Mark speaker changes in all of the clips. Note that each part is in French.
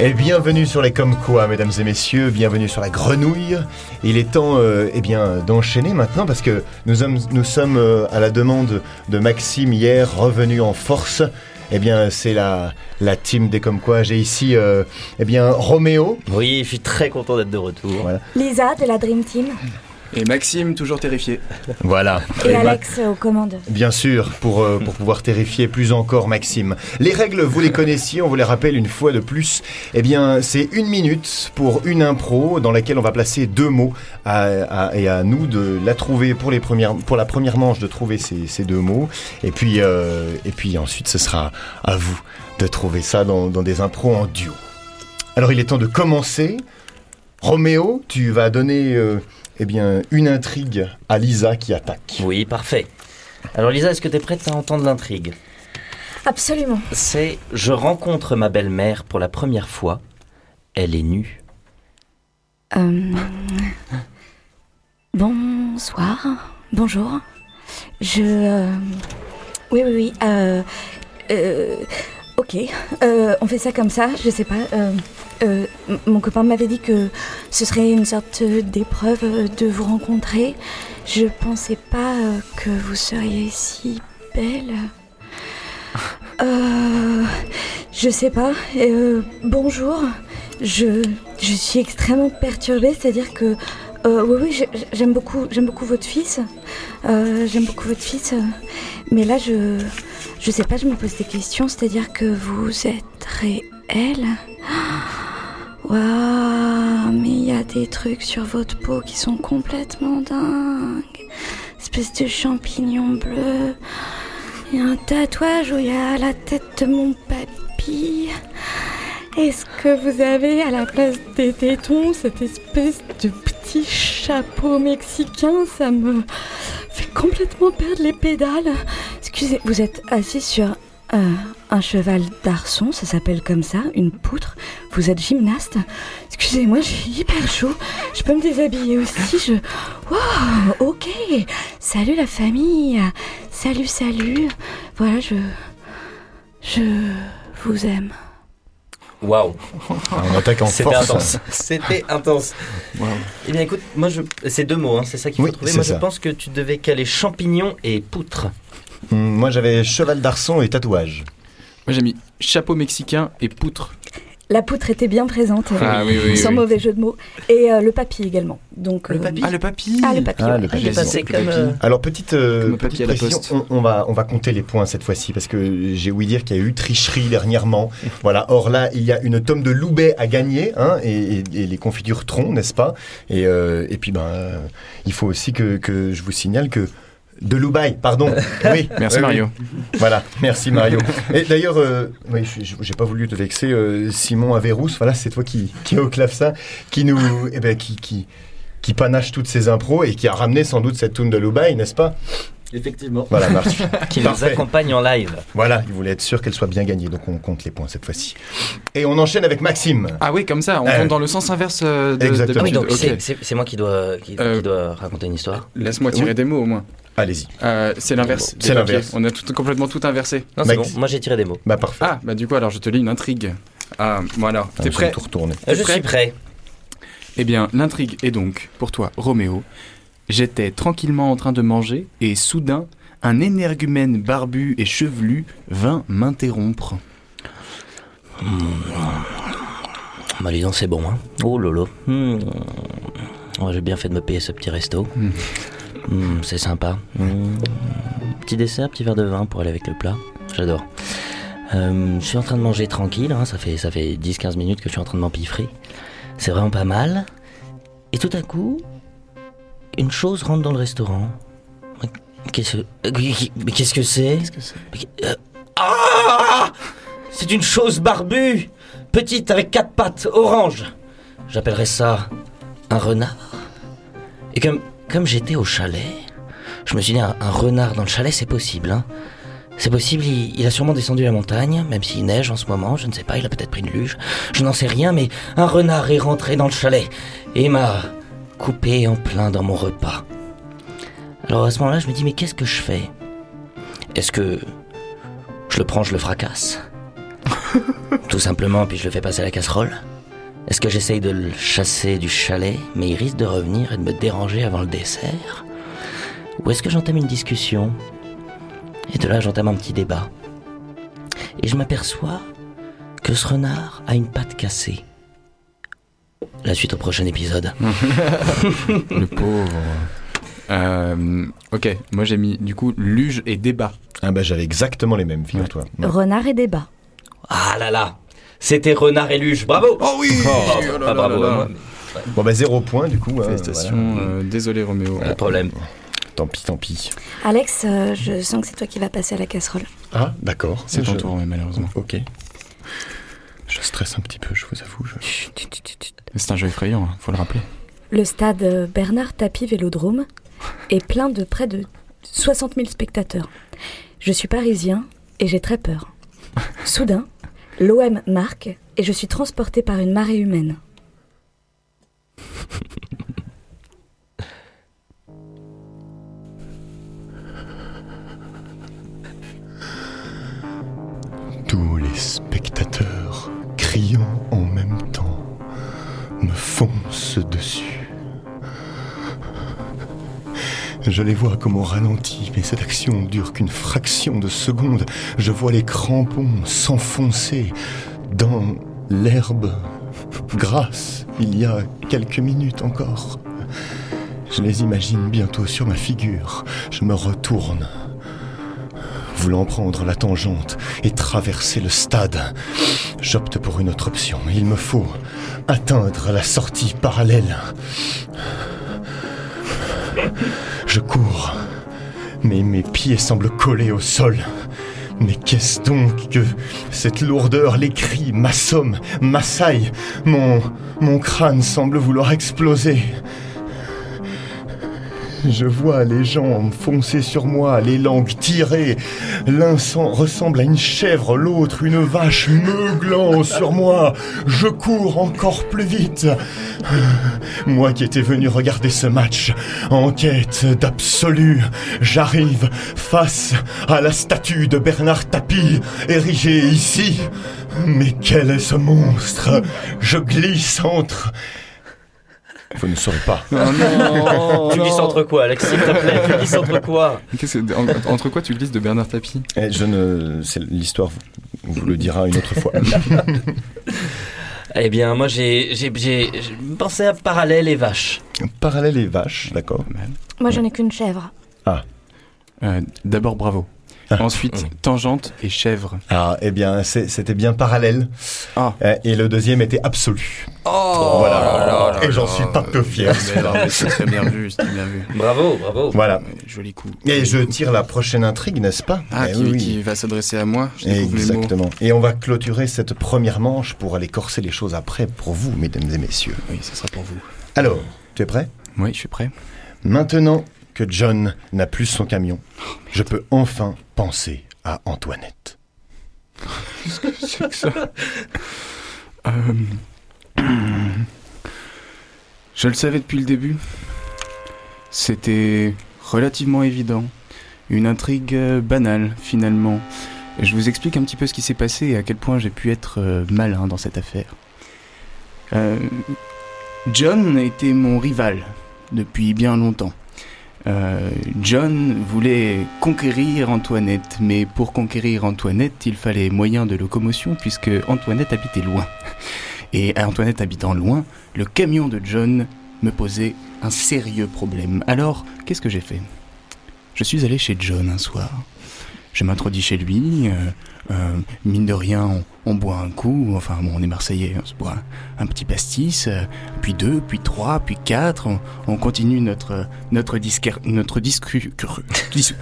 Speaker 1: Et bienvenue sur les Comme quoi, mesdames et messieurs, bienvenue sur la grenouille. Il est temps euh, eh bien, d'enchaîner maintenant parce que nous sommes, nous sommes euh, à la demande de Maxime hier, revenu en force. Eh bien, c'est la, la team des Comme quoi. J'ai ici euh, eh bien, Roméo.
Speaker 2: Oui, je suis très content d'être de retour.
Speaker 1: Voilà.
Speaker 3: Lisa de la Dream Team
Speaker 4: Et Maxime, toujours terrifié.
Speaker 1: voilà.
Speaker 3: et
Speaker 1: Et
Speaker 3: Alex aux commandes.
Speaker 1: Bien sûr, pour, euh, pour pouvoir terrifier plus encore Maxime. Les règles, vous les connaissiez, on vous les rappelle une fois de plus. Eh bien, c'est une minute pour une impro dans laquelle on va placer deux mots à, à- et à nous de la trouver pour, les premières, pour la première manche de trouver ces, ces deux mots. Et puis, euh, et puis ensuite, ce sera à vous de trouver ça dans, dans des impros en duo. Alors, il est temps de commencer. Roméo, tu vas donner euh, eh bien, une intrigue à Lisa qui attaque.
Speaker 2: Oui, parfait. Alors Lisa, est-ce que t'es prête à entendre l'intrigue
Speaker 3: Absolument.
Speaker 2: C'est je rencontre ma belle-mère pour la première fois. Elle est nue.
Speaker 5: Euh, Bonsoir, bonjour. Je. euh,
Speaker 3: Oui, oui, oui. euh, euh, ok. Euh, on fait ça comme ça, je sais pas. euh, euh, m- mon copain m'avait dit que ce serait une sorte d'épreuve euh, de vous rencontrer. Je pensais pas euh, que vous seriez si belle. Euh, je sais pas. euh, bonjour. Je, je suis extrêmement perturbée, c'est-à-dire que. euh, oui, oui, je- j'aime beaucoup, j'aime beaucoup votre fils. Euh, j'aime beaucoup votre fils. euh, mais là, je. Je sais pas, je me pose des questions, c'est-à-dire que vous êtes réel Waouh, mais il y a des trucs sur votre peau qui sont complètement dingues. Espèce de champignon bleu. Il y a un tatouage où il y a la tête de mon papy. Est-ce que vous avez à la place des tétons cette espèce de petit chapeau mexicain Ça me fait complètement perdre les pédales.
Speaker 5: Excusez, vous êtes assis sur euh, un cheval d'arçon, ça s'appelle comme ça, une poutre. Vous êtes gymnaste. Excusez-moi, j'ai hyper chaud. Je peux me déshabiller aussi. Je. Waouh, ok. Salut la famille. Salut, salut. Voilà, je. Je vous aime.
Speaker 2: Waouh,
Speaker 1: On attaque en
Speaker 2: c'était
Speaker 1: force.
Speaker 2: intense. C'était intense. Eh bien écoute, moi je... c'est deux mots, hein, c'est ça qu'il faut
Speaker 1: Oui,
Speaker 2: trouver.
Speaker 1: c'est
Speaker 2: Moi
Speaker 1: ça.
Speaker 2: je pense que tu devais caler champignons et poutre.
Speaker 1: Hmm, Moi j'avais cheval d'arçon et tatouage.
Speaker 4: Moi j'ai mis chapeau mexicain et poutre.
Speaker 3: La poutre était bien présente,
Speaker 4: Ah oui, oui,
Speaker 3: sans
Speaker 4: oui.
Speaker 3: mauvais jeu de mots. Et euh, le papy également. Donc, euh,
Speaker 4: Ah le papy
Speaker 3: Ah, le papy.
Speaker 1: Ah,
Speaker 3: ouais.
Speaker 1: le papy.
Speaker 2: Il est
Speaker 4: J'ai
Speaker 2: passé
Speaker 4: dit,
Speaker 2: comme...
Speaker 4: papy.
Speaker 2: euh,
Speaker 1: Alors petite, euh,
Speaker 4: Comme un
Speaker 1: petite
Speaker 4: papier à la
Speaker 1: précision,
Speaker 4: poste.
Speaker 1: on, on va, on va compter les points cette fois-ci parce que j'ai ouï dire qu'il y a eu tricherie dernièrement. voilà. Or là, il y a une tome de Loubet à gagner hein, et, et- et les confitures tronc, n'est-ce pas et, euh, et puis ben, euh, il faut aussi que, que je vous signale que de Loubaï, pardon. Oui,
Speaker 4: Merci
Speaker 1: oui,
Speaker 4: Mario.
Speaker 1: oui. Voilà, merci Mario. Et d'ailleurs, euh, oui, je- je- j'ai pas voulu te vexer, euh, Simon Averrousse, voilà, c'est toi qui, qui est au clavecin, qui nous, eh ben, qui, qui, qui panache toutes ces impros et qui a ramené sans doute cette tune de Loubaï, n'est-ce pas
Speaker 2: Effectivement. Ah
Speaker 1: Voilà, merci.
Speaker 2: Qui nous
Speaker 1: Parfait.
Speaker 2: accompagne en live.
Speaker 1: Voilà, il voulait être sûr qu'elle soit bien gagnée, donc on compte les points cette fois-ci. Et on enchaîne avec Maxime.
Speaker 4: Ah oui, comme ça, on
Speaker 1: Euh,
Speaker 4: tombe dans le sens inverse euh, de
Speaker 1: exactement.
Speaker 2: Ah oui,
Speaker 4: d'habitude.
Speaker 2: donc
Speaker 4: Ok.
Speaker 2: c'est- c'est c'est moi qui dois, qui, qui
Speaker 4: Euh,
Speaker 2: dois raconter une histoire.
Speaker 4: Laisse-moi tirer des mots au moins.
Speaker 1: Allez-y.
Speaker 4: Euh, c'est l'inverse.
Speaker 1: C'est
Speaker 4: des papiers.
Speaker 1: l'inverse.
Speaker 4: On a tout- complètement tout inversé.
Speaker 2: Non, c'est bon,
Speaker 1: Max-
Speaker 2: moi j'ai tiré des mots.
Speaker 1: Bah parfait.
Speaker 4: Ah, bah du coup, alors je te lis une intrigue. Ah, bon alors,
Speaker 1: Attends,
Speaker 4: t'es
Speaker 1: je
Speaker 4: prêt
Speaker 1: vais tout retourner.
Speaker 2: Euh,
Speaker 4: T'es
Speaker 2: Je
Speaker 4: prêt
Speaker 2: suis prêt.
Speaker 4: Eh bien, l'intrigue est donc, pour toi, Roméo, j'étais tranquillement en train de manger et soudain, un énergumène barbu et chevelu vint m'interrompre.
Speaker 2: Bah dis donc, c'est bon, hein. Oh lolo. Hmm. Ouais, J'ai bien fait de me payer ce petit resto.
Speaker 4: Hmm.
Speaker 2: Hmm, c'est sympa. Hmm. Petit dessert, petit verre de vin pour aller avec le plat. J'adore. Euh, je suis en train de manger tranquille, hein. ça fait, ça fait 10-15 minutes que je suis en train de m'empiffrer. C'est vraiment pas mal. Et tout à coup, une chose rentre dans le restaurant. Mais Qu'est-ce que euh, mais qu'est-ce que c'est
Speaker 4: que c'est
Speaker 2: euh, Ah C'est une chose barbue Petite avec quatre pattes, orange J'appellerais ça un renard. Et comme, comme j'étais au chalet, je me suis dit, un, un renard dans le chalet, c'est possible, hein c'est possible, il, il a sûrement descendu la montagne, même s'il neige en ce moment, je ne sais pas, il a peut-être pris une luge, je n'en sais rien, mais un renard est rentré dans le chalet et m'a coupé en plein dans mon repas. Alors à ce moment-là, je me dis, mais qu'est-ce que je fais Est-ce que je le prends, je le fracasse Tout simplement, puis je le fais passer à la casserole. Est-ce que j'essaye de le chasser du chalet, mais il risque de revenir et de me déranger avant le dessert Ou est-ce que j'entame une discussion Et de là, j'entame un petit débat. Et je m'aperçois que ce renard a une patte cassée. La suite au prochain épisode.
Speaker 4: Le pauvre. Euh, ok, moi j'ai mis du coup luge et débat.
Speaker 1: Ah bah j'avais exactement les mêmes, figure-toi. Ouais.
Speaker 3: Renard et débat.
Speaker 2: Ah là là C'était renard et luge, bravo
Speaker 4: Oh oui
Speaker 2: Pas bravo à moi, mais
Speaker 1: Bon bah zéro point du coup. hein,
Speaker 4: Félicitations, euh, désolé Roméo.
Speaker 2: pas de problème.
Speaker 1: voilà. Tant pis, tant pis.
Speaker 6: Alex, euh, je sens que c'est toi qui vas passer à la casserole.
Speaker 1: Ah d'accord.
Speaker 4: C'est ton
Speaker 1: Je-
Speaker 4: tour, mais malheureusement.
Speaker 1: Ok. Je stresse un petit peu, je vous avoue. je-
Speaker 4: C'est un jeu effrayant, hein, faut le rappeler.
Speaker 3: Le stade euh, Bernard Tapie Vélodrome est plein de près de 60 000 spectateurs. Je suis parisien et j'ai très peur. Soudain, l'OM marque et je suis transporté par une marée humaine.
Speaker 1: Tous les spectateurs, criant en même temps, me foncent dessus. Je les vois comme au ralenti, mais cette action dure qu'une fraction de seconde. Je vois les crampons s'enfoncer dans l'herbe grasse il y a quelques minutes encore. Je les imagine bientôt sur ma figure. Je me retourne voulant prendre la tangente et traverser le stade. J'opte pour une autre option. Il me faut atteindre la sortie parallèle. Je cours, mais mes pieds semblent collés au sol. Mais qu'est-ce donc que cette lourdeur, les cris m'assomment, m'assaillent Mon, mon crâne semble vouloir exploser. Je vois les jambes foncer sur moi, les langues tirées. L'un s'en- ressemble à une chèvre, l'autre une vache meuglant sur moi. Je cours encore plus vite. Moi qui étais venu regarder ce match, en quête d'absolu, j'arrive face à la statue de Bernard Tapie, érigée ici. Mais quel est ce monstre Je glisse entre... Vous ne saurez pas.
Speaker 4: Oh
Speaker 2: tu glisses entre quoi, Alex S'il te plaît, tu glisses entre quoi
Speaker 4: Qu'est-ce que- en- entre quoi tu glisses de Bernard Tapie
Speaker 1: Eh, je ne. c'est- L'histoire vous, vous le dira une autre fois.
Speaker 2: Eh bien, moi, j'ai j'ai- j'ai- j'ai pensé à parallèle et vache.
Speaker 1: Parallèle et vache, d'accord.
Speaker 4: Ah. bah
Speaker 6: Moi, j'en ai qu'une chèvre.
Speaker 4: Euh, D'abord bravo.
Speaker 1: Ah.
Speaker 4: Ensuite tangente et chèvre.
Speaker 1: Ah, eh bien, c'est- c'était bien parallèle.
Speaker 4: Ah.
Speaker 1: Eh, Et le deuxième était absolu. Oh Voilà. et
Speaker 4: oh,
Speaker 1: j'en suis pas peu fier.
Speaker 4: c'est très bien vu, c'est très bien vu. Eh
Speaker 2: Bravo,
Speaker 4: oh.
Speaker 2: bravo.
Speaker 1: Voilà.
Speaker 4: Joli coup.
Speaker 1: Et je tire la prochaine intrigue, n'est-ce pas
Speaker 4: Ah,
Speaker 1: Eh
Speaker 4: qui,
Speaker 1: oui, oui.
Speaker 4: qui va s'adresser à moi Je découvre mes mots.
Speaker 1: Exactement. Et on va clôturer cette première manche pour aller corser les choses après pour vous, mesdames et messieurs.
Speaker 4: Oui, ça sera pour vous.
Speaker 1: Alors, tu es prêt
Speaker 4: Oui, je suis prêt.
Speaker 1: Maintenant que John n'a plus son camion,
Speaker 4: Oh,
Speaker 1: je peux enfin penser à Antoinette.
Speaker 4: Euh, Je le savais depuis le début. C'était relativement évident. Une intrigue euh, banale, finalement. Je vous explique un petit peu ce qui s'est passé et à quel point j'ai pu être euh, malin dans cette affaire. Euh, John était mon rival depuis bien longtemps. Euh, John voulait conquérir Antoinette, mais pour conquérir Antoinette, il fallait moyen de locomotion puisque Antoinette habitait loin. Et Antoinette habitant loin, le camion de John me posait un sérieux problème. Alors, qu'est-ce que j'ai fait Je suis allé chez John un soir. Je m'introduis chez lui. euh, euh, mine de rien, on, on boit un coup. Enfin, bon, on est Marseillais, on se boit un, un petit pastis. euh, puis deux, puis trois, puis quatre. On, on continue notre notre disquer- notre discu. cru- dis-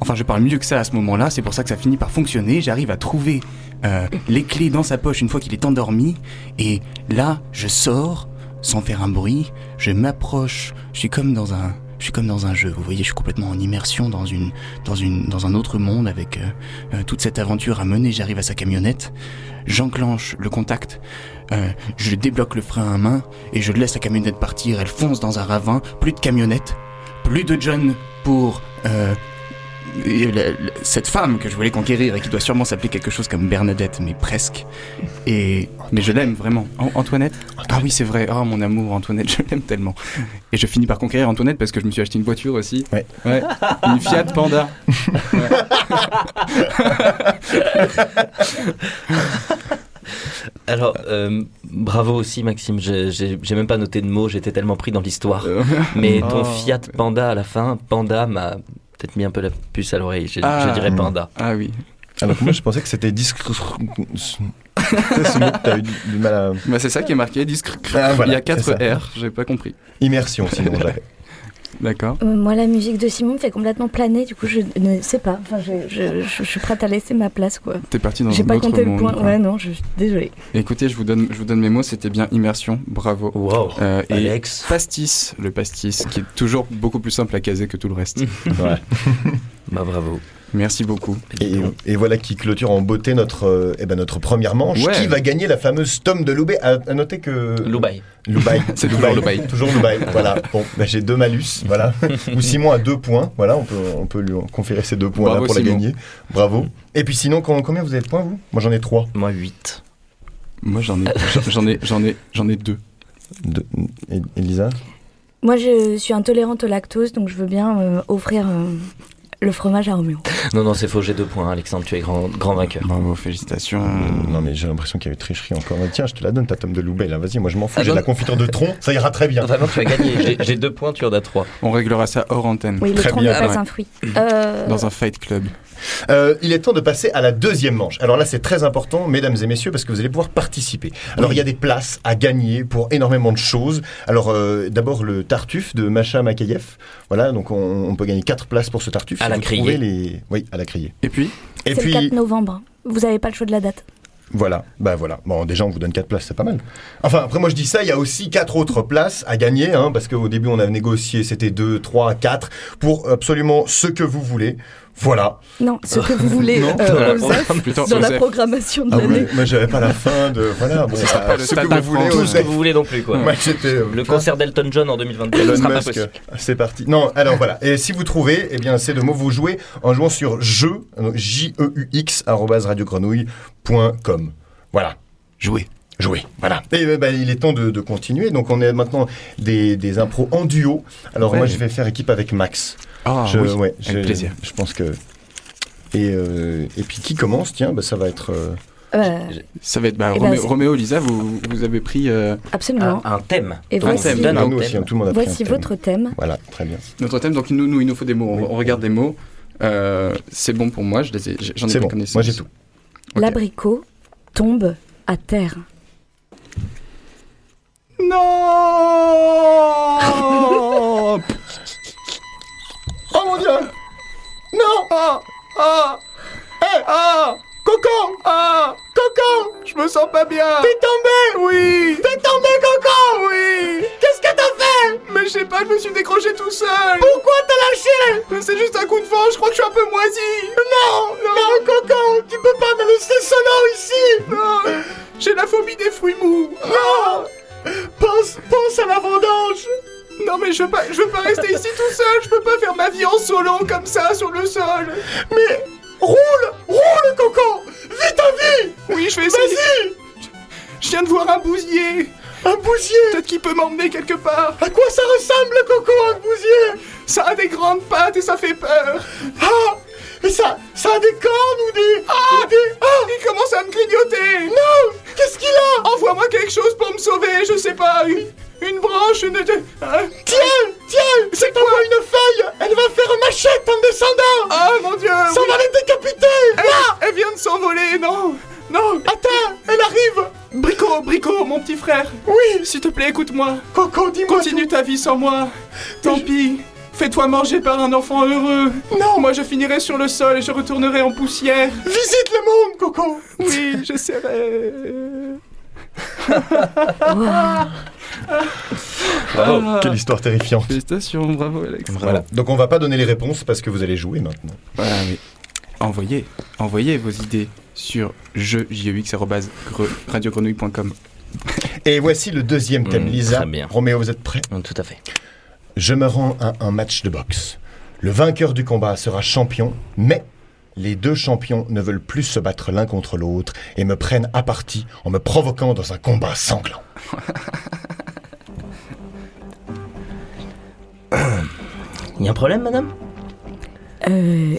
Speaker 4: Enfin, je parle mieux que ça à ce moment-là. C'est pour ça que ça finit par fonctionner. J'arrive à trouver euh, les clés dans sa poche une fois qu'il est endormi. Et là, je sors sans faire un bruit, je m'approche, je suis comme dans un je suis comme dans un jeu, vous voyez, je suis complètement en immersion dans une dans une dans un autre monde avec euh, euh, toute cette aventure à mener, j'arrive à sa camionnette, j'enclenche le contact, euh, je débloque le frein à main et je laisse la camionnette partir, elle fonce dans un ravin, plus de camionnette, plus de John pour euh,
Speaker 7: et la- la- cette femme que je voulais conquérir et qui doit sûrement s'appeler quelque chose comme Bernadette, mais presque. Et mais je l'aime vraiment. An- Antoinette Ah oui, c'est vrai. Ah mon amour, Antoinette, je l'aime tellement. Et je finis par conquérir Antoinette parce que je me suis acheté une voiture aussi.
Speaker 1: Ouais.
Speaker 7: Une Fiat Panda.
Speaker 2: Alors, euh, bravo aussi, Maxime. J'ai- J'ai j'ai même pas noté de mots, j'étais tellement pris dans l'histoire. Mais ton
Speaker 7: Oh.
Speaker 2: Fiat Panda à la fin, Panda m'a peut-être mis un peu la puce à l'oreille. Je, je
Speaker 7: Ah.
Speaker 2: dirais Panda.
Speaker 7: Ah oui.
Speaker 1: Alors que moi, je pensais que c'était disque. C'est ce mot que t'as eu du du mal à.
Speaker 7: Bah c'est ça qui est marqué. Disque.
Speaker 1: Ah, voilà,
Speaker 7: Il y a
Speaker 1: c'est
Speaker 7: 4
Speaker 1: ça.
Speaker 7: R. J'ai pas compris.
Speaker 1: Immersion, sinon j'avais.
Speaker 7: D'accord.
Speaker 3: Euh, Moi, la musique de Simon me fait complètement planer, du coup, je ne sais pas. Enfin, je, je- je- je suis prête à laisser ma place, quoi.
Speaker 7: T'es parti dans
Speaker 3: J'ai
Speaker 7: un
Speaker 3: pas
Speaker 7: autre
Speaker 3: compté le
Speaker 7: monde,
Speaker 3: point.
Speaker 7: quoi.
Speaker 3: Ouais, non, je suis désolée.
Speaker 7: Écoutez, je vous donne, je vous donne mes mots. C'était bien immersion. Bravo.
Speaker 1: Oh,
Speaker 2: Wow.
Speaker 7: Euh, et
Speaker 2: Alex.
Speaker 7: pastis, le pastis, qui est toujours beaucoup plus simple à caser que tout le
Speaker 1: Mm.
Speaker 7: reste.
Speaker 1: Voilà.
Speaker 2: Bah bravo.
Speaker 7: Merci beaucoup.
Speaker 1: Et, et voilà qui clôture en beauté notre, euh, eh ben notre première manche.
Speaker 7: Ouais.
Speaker 1: Qui va gagner la fameuse tome de Loubet À, à noter que.
Speaker 2: Loubaï.
Speaker 1: Loubaï.
Speaker 7: C'est toujours Loubaï.
Speaker 1: Toujours Loubaï. voilà. Bon, ben, j'ai deux malus. Voilà. Ou Simon a deux points. Voilà, on peut, on peut lui conférer ces deux points là
Speaker 7: Bravo,
Speaker 1: pour la
Speaker 7: Simon.
Speaker 1: gagner. Bravo. Et puis sinon, quand- combien vous avez de points, vous Moi, j'en ai trois.
Speaker 2: Moi 8.
Speaker 7: Moi j'en ai, j'en ai, j'en ai, j'en ai deux.
Speaker 1: Deux. Et- Elisa
Speaker 3: Moi, je suis intolérante au lactose, donc je veux bien euh, offrir euh, le fromage à Roméo.
Speaker 2: Non, non, c'est faux, j'ai deux points. hein, Alexandre, tu es grand, grand vainqueur.
Speaker 7: Bravo, félicitations.
Speaker 1: Euh, Non, mais j'ai l'impression qu'il y a eu tricherie encore. Tiens, je te la donne, ta tome de Loubet là. Vas-y, moi, je m'en fous.
Speaker 2: Ah,
Speaker 1: j'ai
Speaker 2: non.
Speaker 1: de la confiture de tronc. Ça ira très bien.
Speaker 2: Vraiment, tu as gagné. J'ai- J'ai deux points, tu en as trois.
Speaker 7: On réglera ça hors antenne,
Speaker 3: Oui, le
Speaker 1: Très
Speaker 3: tronc
Speaker 1: bien.
Speaker 3: n'est pas
Speaker 7: Ouais.
Speaker 3: un fruit. Euh,
Speaker 7: dans un fight club.
Speaker 1: Euh, il est temps de passer à la deuxième manche. Alors là, c'est très important, mesdames et messieurs, parce que vous allez pouvoir participer. Alors, il y a des places à gagner pour énormément de choses. Alors, euh, d'abord, le Tartuffe de Macha Makayev. Voilà, donc on, on peut gagner quatre places pour ce Tartuffe.
Speaker 2: À la
Speaker 1: vous
Speaker 2: criée.
Speaker 1: trouvez les... Oui, à la criée.
Speaker 7: Et puis,
Speaker 1: Et
Speaker 3: c'est
Speaker 1: puis,
Speaker 3: le 4 novembre. hein. Vous n'avez pas le choix de la date.
Speaker 1: voilà, bah voilà. Bon, déjà, on vous donne quatre places, c'est pas mal. Enfin, après, moi, je dis ça, il y a aussi quatre autres places à gagner, hein, parce qu'au début, on a négocié, c'était deux, trois, quatre, pour absolument ce que vous voulez. Voilà.
Speaker 3: Non, ce que vous voulez,
Speaker 7: Non.
Speaker 3: euh, Olzef,
Speaker 7: plutôt
Speaker 3: dans la
Speaker 7: Joseph.
Speaker 3: programmation de
Speaker 1: Ah ouais,
Speaker 3: l'année.
Speaker 1: moi j'avais pas la fin de voilà bon,
Speaker 7: sera
Speaker 1: bah,
Speaker 7: pas le
Speaker 1: ce
Speaker 7: Stade
Speaker 1: que
Speaker 7: de
Speaker 1: vous voulez
Speaker 7: France.
Speaker 2: Tout ce que
Speaker 1: Osef.
Speaker 2: vous voulez non plus, quoi.
Speaker 1: Moi, c'était
Speaker 2: Le concert d'Elton John en 2024, ce
Speaker 1: Elon
Speaker 2: sera pas
Speaker 1: Musk,
Speaker 2: possible.
Speaker 1: c'est parti. Non, alors voilà. Et si vous trouvez, eh bien, ces deux mots, vous jouez en jouant sur jeu, donc J-E-U-X, arrobase radiogrenouille.com. Voilà.
Speaker 7: jouer.
Speaker 1: Jouez. Voilà. Et euh, bah, il est temps de, de continuer. Donc, on est maintenant des, des impros en duo. Alors,
Speaker 7: Ouais.
Speaker 1: moi, je vais faire équipe avec Max.
Speaker 7: Ah
Speaker 1: je,
Speaker 7: oui,
Speaker 1: ouais,
Speaker 7: avec
Speaker 1: je-
Speaker 7: plaisir.
Speaker 1: Je pense que. Et, euh, et puis, qui commence Tiens, bah, ça va être. euh,
Speaker 3: Euh,
Speaker 7: Ça va être bah,
Speaker 3: Eh ben,
Speaker 7: Roméo,
Speaker 3: c'est-
Speaker 7: Roméo, Lisa, vous, vous avez pris euh,
Speaker 3: absolument.
Speaker 2: Un, un thème.
Speaker 3: Et
Speaker 2: Donc, on
Speaker 3: voici-
Speaker 2: me donne
Speaker 1: Bruno
Speaker 2: un
Speaker 1: aussi, hein,
Speaker 2: Ah, thème.
Speaker 1: tout le monde a pris un
Speaker 3: Voici
Speaker 1: thème.
Speaker 3: votre thème.
Speaker 1: Voilà, très bien.
Speaker 7: notre thème, donc nous, nous, il nous faut des mots. On,
Speaker 1: Oui.
Speaker 7: on regarde des mots. Euh, c'est bon pour moi, je les ai- j'en ai,
Speaker 1: C'est
Speaker 7: pris
Speaker 1: bon.
Speaker 7: connaissance.
Speaker 1: Moi, j'ai tout.
Speaker 7: Ok.
Speaker 3: L'abricot tombe à terre.
Speaker 7: Non
Speaker 1: Oh mon dieu Non
Speaker 7: Ah Ah Eh Ah Coco Ah Coco Je me sens pas bien T'es tombé Oui T'es tombé, Coco Oui Qu'est-ce que t'as fait Mais je sais pas, je me suis décroché tout seul Pourquoi t'as lâché C'est juste un coup de vent, je crois que je suis un peu moisi Non Non, Coco Tu peux pas me laisser solo ici Non J'ai la phobie des fruits mous Non Pense, pense à la vendange non mais je veux pas, je veux pas rester ici tout seul, je peux pas faire ma vie en solo comme ça sur le sol. Mais roule, roule Coco, vite ta vie. Oui, je vais essayer. Vas-y. Je viens de voir un bousier. Un bousier Peut-être qu'il peut m'emmener quelque part. À quoi ça ressemble Coco, un bousier Ça a des grandes pattes et ça fait peur. Ah Mais ça, ça a des cornes ou des... Ah, des... ah Il commence à me grignoter. Non Qu'est-ce qu'il a Envoie-moi quelque chose pour me sauver, je sais pas. Une, une branche, une... Tiens Tiens C'est quoi une feuille Elle va faire machette en descendant Ah mon dieu Ça va les décapiter elle, elle vient de s'envoler, non Non Attends Elle arrive Brico, Brico, mon petit frère Oui S'il te plaît, écoute-moi Coco, dis-moi Continue ta vie sans moi Tant pis Fais-toi manger par un enfant heureux Non Moi, je finirai sur le sol et je retournerai en poussière Visite le monde, Coco Oui, j'essaierai...
Speaker 2: Bravo.
Speaker 1: Quelle histoire terrifiante.
Speaker 7: Félicitations, bravo Alex
Speaker 1: Voilà. Donc on va pas donner les réponses parce que vous allez jouer maintenant.
Speaker 7: Voilà, Ah, mais envoyez, envoyez vos idées sur jeux.radiogrenouille.com.
Speaker 1: Et voici le deuxième thème,
Speaker 2: Mm,
Speaker 1: Lisa.
Speaker 2: très bien.
Speaker 1: Roméo, vous êtes prêt
Speaker 2: Mm, Tout à fait.
Speaker 1: Je me rends à un match de boxe. Le vainqueur du combat sera champion, mais les deux champions ne veulent plus se battre l'un contre l'autre et me prennent à partie en me provoquant dans un combat sanglant.
Speaker 2: Il y a un problème, madame
Speaker 3: Euh.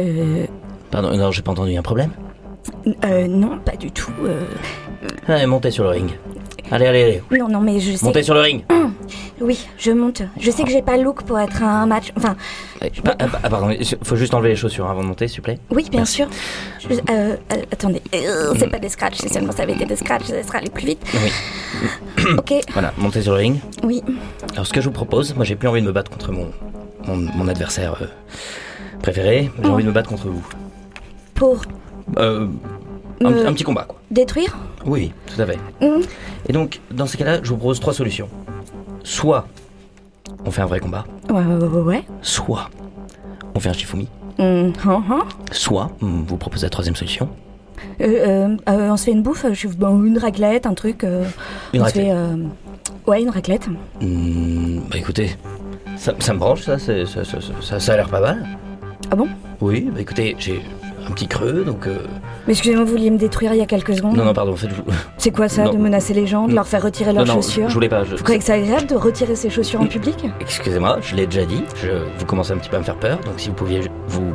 Speaker 3: Euh.
Speaker 2: Pardon, non, j'ai pas entendu. Il y a un problème
Speaker 3: euh, non, pas du tout. euh,
Speaker 2: Allez, Ah, montez sur le ring. Allez, allez, allez.
Speaker 6: Non, non, mais je sais.
Speaker 2: Montez sur le ring.
Speaker 6: Oui, je monte. Je sais que j'ai pas le look pour être à un match. Enfin,
Speaker 2: Euh, pa- ah, pa- ah, pardon, faut juste enlever les chaussures avant de monter, s'il vous plaît.
Speaker 6: oui, bien sûr. Je- euh, euh, attendez, Euh, c'est pas des scratchs, c'est seulement ça avait été des scratchs, ça sera aller plus vite.
Speaker 2: Oui. Hmm.
Speaker 6: Ok,
Speaker 2: Voilà, montez sur le ring.
Speaker 6: oui.
Speaker 2: Alors, ce que je vous propose, moi, j'ai plus envie de me battre contre mon, mon, mon adversaire euh, préféré. J'ai envie de me battre contre vous.
Speaker 6: Pour
Speaker 2: Euh, un,
Speaker 6: Me-
Speaker 2: un petit combat, quoi.
Speaker 6: détruire
Speaker 2: Oui, tout à fait.
Speaker 6: Hmm.
Speaker 2: Et donc, dans ces cas-là, je vous propose trois solutions. Soit on fait un vrai combat,
Speaker 3: Ouais, ouais, ouais, ouais, ouais.
Speaker 2: soit on fait un Shifumi,
Speaker 3: Hum, hum, hum.
Speaker 2: soit hmm, vous proposez la troisième solution.
Speaker 3: Euh, euh, euh, on se fait une bouffe, euh, je, bon, une raclette, un truc. euh,
Speaker 2: Une
Speaker 3: on
Speaker 2: raclette.
Speaker 3: se fait. euh, ouais, une raclette.
Speaker 2: Hmm, bah écoutez, ça, ça me branche, ça, c'est- ça, ça, ça- ça a l'air pas mal.
Speaker 3: Ah bon
Speaker 2: Oui, bah écoutez, j'ai un petit creux, donc... euh,
Speaker 3: Mais excusez-moi, vous vouliez me détruire il y a quelques secondes
Speaker 2: Non, non, pardon, faites-vous...
Speaker 3: C'est quoi ça,
Speaker 2: Non.
Speaker 3: de menacer les gens, de
Speaker 2: Non.
Speaker 3: leur faire retirer
Speaker 2: Non,
Speaker 3: leurs
Speaker 2: non, je
Speaker 3: chaussures
Speaker 2: je voulais pas... je-
Speaker 3: Vous croyez que c'est agréable de retirer ses chaussures en
Speaker 2: Mm.
Speaker 3: public
Speaker 2: Excusez-moi, je l'ai déjà dit, je- vous commencez un petit peu à me faire peur, donc si vous pouviez vous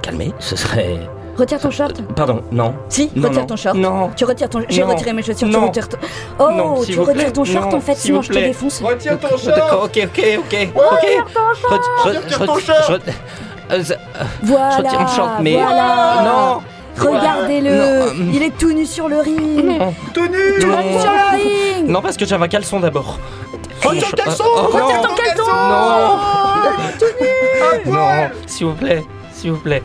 Speaker 2: calmer, ce serait...
Speaker 3: Retire ton short
Speaker 2: Pardon, non.
Speaker 3: Si,
Speaker 2: Non,
Speaker 3: retire
Speaker 2: non.
Speaker 3: ton short.
Speaker 2: Non.
Speaker 3: Tu retires ton. J'ai
Speaker 2: Non.
Speaker 3: retiré mes chaussures, tu
Speaker 2: Non.
Speaker 3: retires ton. Oh,
Speaker 2: Non, s'il
Speaker 3: tu
Speaker 2: vous
Speaker 3: retires
Speaker 2: plaît.
Speaker 3: ton short
Speaker 2: Non,
Speaker 3: en fait,
Speaker 2: s'il
Speaker 3: sinon
Speaker 2: vous
Speaker 3: je te
Speaker 2: plaît.
Speaker 3: défonce.
Speaker 1: Retire ton
Speaker 2: D'accord, ok, ok, ok, ok. Retire
Speaker 1: ton short.
Speaker 3: Voilà.
Speaker 2: Je retire mon short, mais-
Speaker 3: Voilà.
Speaker 2: Non.
Speaker 3: Regardez-le.
Speaker 2: Non.
Speaker 3: Il est tout nu sur le ring.
Speaker 1: Tenue
Speaker 3: Sur le ring.
Speaker 2: Non, parce que j'avais un caleçon d'abord.
Speaker 1: Retire ton caleçon
Speaker 2: non.
Speaker 1: Retire
Speaker 3: ton caleçon
Speaker 2: ah, Non, s'il vous plaît, s'il vous plaît.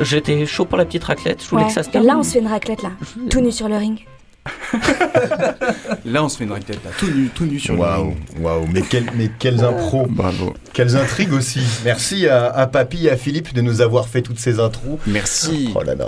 Speaker 2: J'étais chaud pour la petite raclette, je voulais
Speaker 3: Ouais.
Speaker 2: que ça se
Speaker 3: Et
Speaker 2: termine.
Speaker 3: là, on se fait une raclette là, tout nu sur le ring.
Speaker 4: Là, on se fait une raclette, là, tout nu, tout nu sur le
Speaker 1: Waouh,
Speaker 4: ring.
Speaker 1: waouh, mais, quel- mais quelles impros,
Speaker 4: Bravo.
Speaker 1: quelles intrigues aussi. Merci à, à Papy et à Philippe de nous avoir fait toutes ces intros.
Speaker 4: Merci.
Speaker 1: Oh là là.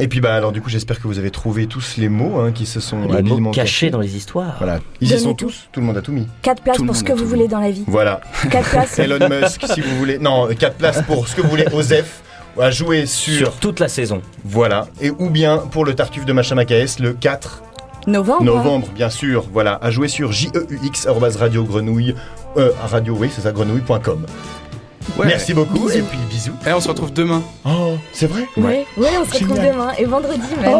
Speaker 1: Et puis bah alors du coup j'espère que vous avez trouvé tous les mots hein, qui se sont
Speaker 2: Les mots
Speaker 1: habilement
Speaker 2: cachés dans les histoires.
Speaker 1: Voilà, ils y
Speaker 3: Donnez
Speaker 1: sont
Speaker 3: tout.
Speaker 1: tous, tout le monde a tout mis.
Speaker 3: 4 places
Speaker 4: Tout le
Speaker 3: pour ce
Speaker 4: monde
Speaker 3: que
Speaker 4: a
Speaker 3: vous
Speaker 4: tout
Speaker 3: voulez dans la vie.
Speaker 1: Voilà.
Speaker 3: 4 places.
Speaker 1: Elon Musk, si vous voulez. Non, 4 places pour ce que vous voulez, Osef, à jouer sur.
Speaker 2: Sur toute la saison.
Speaker 1: Voilà. Et ou bien pour le Tartuffe de Machamakaes, le 4
Speaker 3: Novembre. hein.
Speaker 1: novembre, bien sûr. Voilà, à jouer sur E jeux, arrobase radio grenouille, euh, radio, oui, c'est ça, grenouille.com.
Speaker 4: Ouais.
Speaker 1: Merci beaucoup,
Speaker 3: Bisous.
Speaker 1: et puis bisous.
Speaker 4: Et on se retrouve demain.
Speaker 1: Oh, c'est vrai
Speaker 3: Ouais. ouais, on se retrouve
Speaker 1: Génial. Oh,
Speaker 3: demain et vendredi même.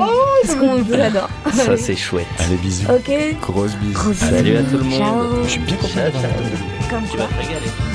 Speaker 3: parce qu'on vous adore.
Speaker 2: Ça, c'est chouette.
Speaker 1: Allez, bisous.
Speaker 3: Ok.
Speaker 4: Grosse bise.
Speaker 3: Gros bisous.
Speaker 2: Salut à tout le monde.
Speaker 3: Ciao.
Speaker 1: Je suis bien content
Speaker 2: Ciao,
Speaker 1: d'avoir
Speaker 2: ciao.
Speaker 1: entendu.
Speaker 3: Comme
Speaker 2: Tu
Speaker 3: ça.
Speaker 2: vas te régaler.